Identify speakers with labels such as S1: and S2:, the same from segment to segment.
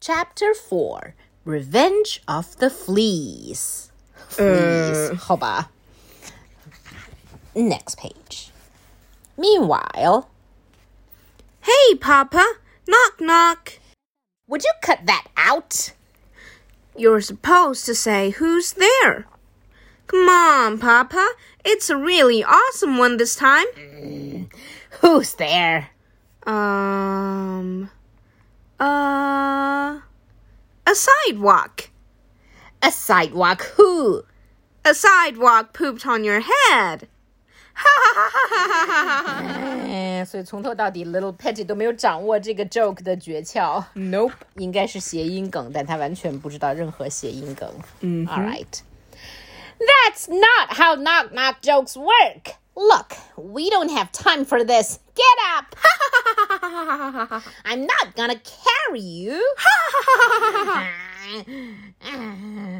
S1: Chapter 4 Revenge of the Fleas. Fleas. 好吧。Next page. Meanwhile,
S2: Hey, Papa! Knock, knock!
S1: would you cut that out?
S2: You're supposed to say who's there. Come on, Papa. It's a really awesome one this time.
S1: Who's there?
S2: Um. Uh. A sidewalk.
S1: A sidewalk who?
S2: A sidewalk pooped on your head. Ha ha ha ha ha ha ha ha.
S1: 嗯，所以从头到底，Little Petty 都没有掌握这个 joke 的诀窍。Nope，应该是谐音梗，但他完全不知道任何谐音梗。嗯、a l right。That's not how knock knock jokes work. Look, we don't have time for this. Get up. I'm not gonna carry you.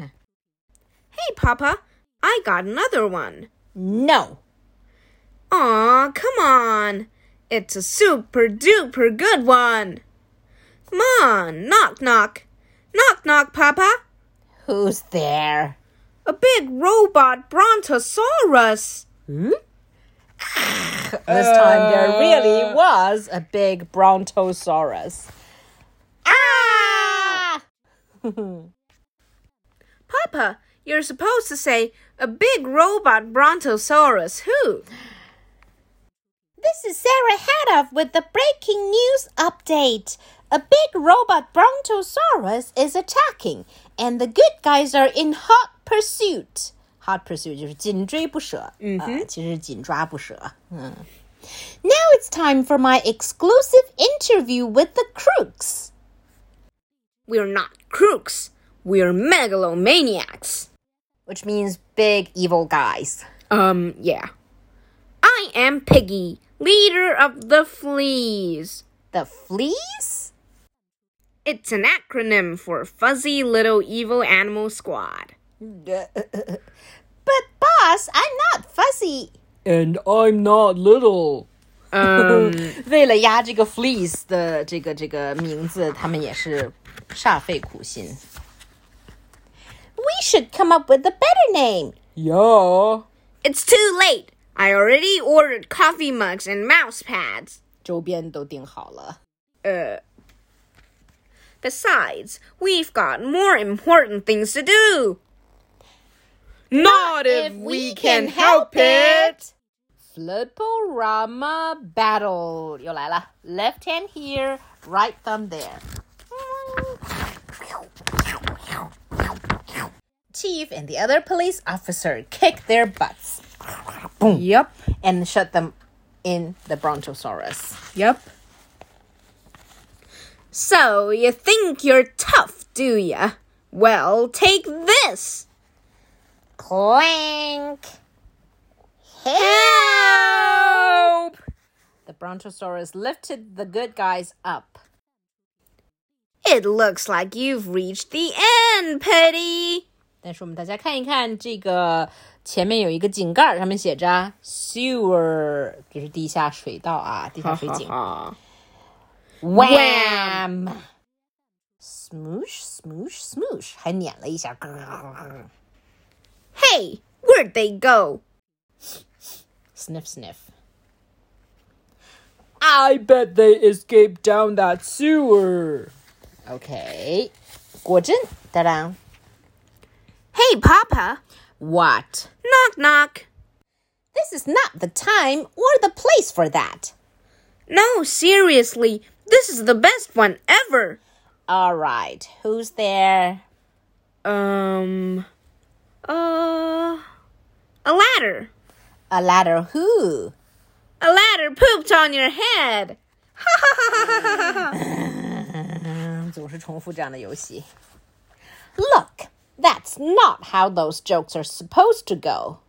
S2: Hey, Papa. I got another one.
S1: no.
S2: Aw, come on. It's a super duper good one. Come on, knock knock. Knock knock, Papa.
S1: Who's there?
S2: A big robot brontosaurus.
S1: This time there really was a big brontosaurus. Ah!
S2: Papa, you're supposed to say a big robot brontosaurus who?
S1: This is Sarah Haddock with the breaking news update. A big robot Brontosaurus is attacking, and the good guys are in hot pursuit. Hot pursuit 就是紧追不舍，啊，其实紧抓不舍，嗯。Now it's time for my exclusive interview with the crooks.
S2: We're not crooks. We're megalomaniacs.
S1: Which means big evil guys.
S2: Um, yeah. I am Piggy, leader of the fleas.
S1: The fleas?
S2: It's an acronym for Fuzzy Little Evil Animal Squad.
S1: But boss, I'm not fuzzy.
S3: and I'm not little.
S1: 为了压这个 fleece 的这个这个名字，他们也是煞费苦心。We should come up with a better name.
S3: Yeah.
S2: It's too late. I already ordered coffee mugs and mouse pads.
S1: 周边都订好了。
S2: Besides, we've got more important things to do. Not
S1: Flipporama battle 又来了，left hand here, right thumb there. Chief and the other police officer kick their butts.
S2: Yep,
S1: and shut them in the brontosaurus.
S2: yep. So, you think you're tough, do ya? Well, take this.
S1: Clank!
S2: Help!
S1: The brontosaurus lifted the good guys up.
S2: It looks like you've reached the end, Petty.
S1: 但是我们大家看一看这个前面有一个井盖儿，上面写着 sewer，这是地下水道啊，地下水井。Wham! Smoosh, smoosh, smoosh，还碾了一下。咯咯咯咯咯
S2: Hey, where'd they go?
S1: Sniff, sniff.
S3: I bet they escaped down that sewer.
S1: OK，果真，当当。
S2: Hey, Papa.
S1: What?
S2: Knock, knock.
S1: This is not the time or the place for that.
S2: No, seriously, this is the best one ever.
S1: All right, who's there?
S2: Um, uh, a ladder.
S1: A ladder who?
S2: A ladder pooped on your head.
S1: 总是重复这样的游戏。Look, that's not how those jokes are supposed to go.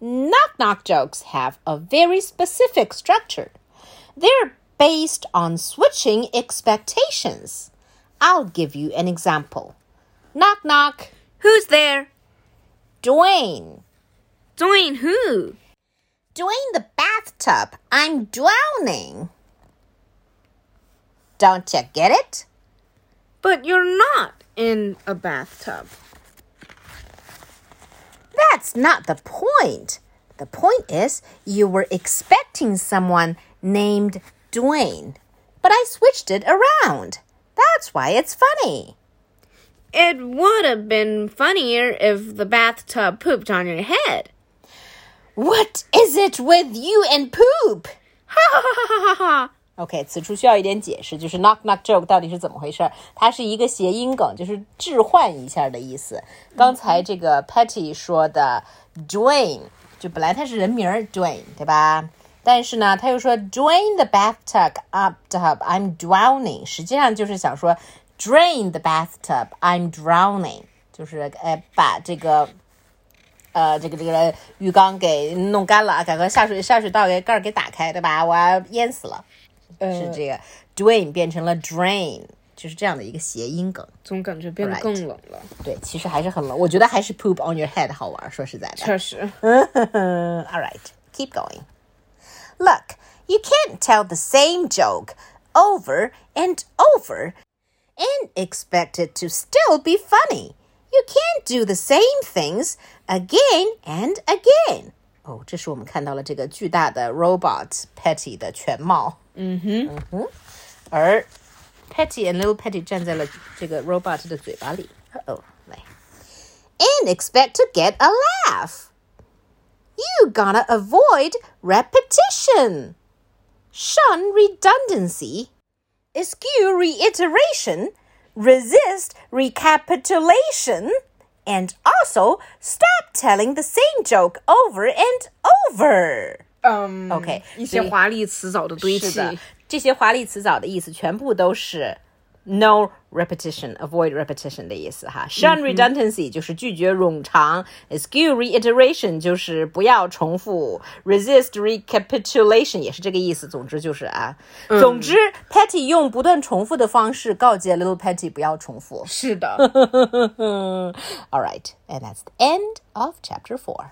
S1: Knock knock jokes have a very specific structure. They're based on switching expectations. I'll give you an example. Knock knock,
S2: Who's there?
S1: Dwayne.
S2: Doing who?
S1: Dwayne the bathtub. I'm drowning. Don't you get it?
S2: But you're not in a bathtub.
S1: That's not the point. The point is, you were expecting someone named Dwayne, but I switched it around. That's why it's funny.
S2: It would have been funnier if the bathtub pooped on your head.
S1: What is it with you and poop?
S2: Ha ha ha ha ha ha.
S1: OK，此处需要一点解释，就是 knock knock joke 到底是怎么回事儿？它是一个谐音梗，就是置换一下的意思。刚才这个 Patty 说的 Dwayne，就本来他是人名儿 Dwayne，对吧？但是呢，他又说 drain the bathtub up tub I'm drowning，实际上就是想说 drain the bathtub I'm drowning，就是呃把这个呃，这个这个浴缸给弄干了，赶快下水下水道给盖儿给打开，对吧？我要淹死了，是这个 drain 变成了 drain，就是这样的一个谐音梗。
S2: 总感觉变得更冷了。
S1: 对，其实还是很冷，我觉得还是 poop on your head 好玩。说实在的
S2: 确实，
S1: ，All right, keep going. Look, you can't tell the same joke over and over and expect it to still be funny. You can't do the same things again and again. 哦，这是我们看到了这个巨大的 robot Patty 的全貌。嗯哼，嗯哼，而 Patty and little Patty 站在了这个 robot 的嘴巴里。哦，来，and expect to get a laugh。you gonna avoid repetition. Shun redundancy. Eschew reiteration. Resist recapitulation. And also stop telling the same joke over and over.
S2: 嗯
S1: OK，
S2: 一
S1: 所
S2: 些
S1: 以
S2: 华丽辞藻的堆砌
S1: 是。的，这些华丽辞藻的意思全部都是 no repetition, avoid repetition 的意思哈。Shun redundancy 就是拒绝冗长，eschew reiteration 就是不要重复，resist recapitulation 也是这个意思。总之就是啊，总之 Patty 用不断重复的方式告诫 Little Patty 不要重复。
S2: 是的，
S1: All right, and that's the end of chapter four.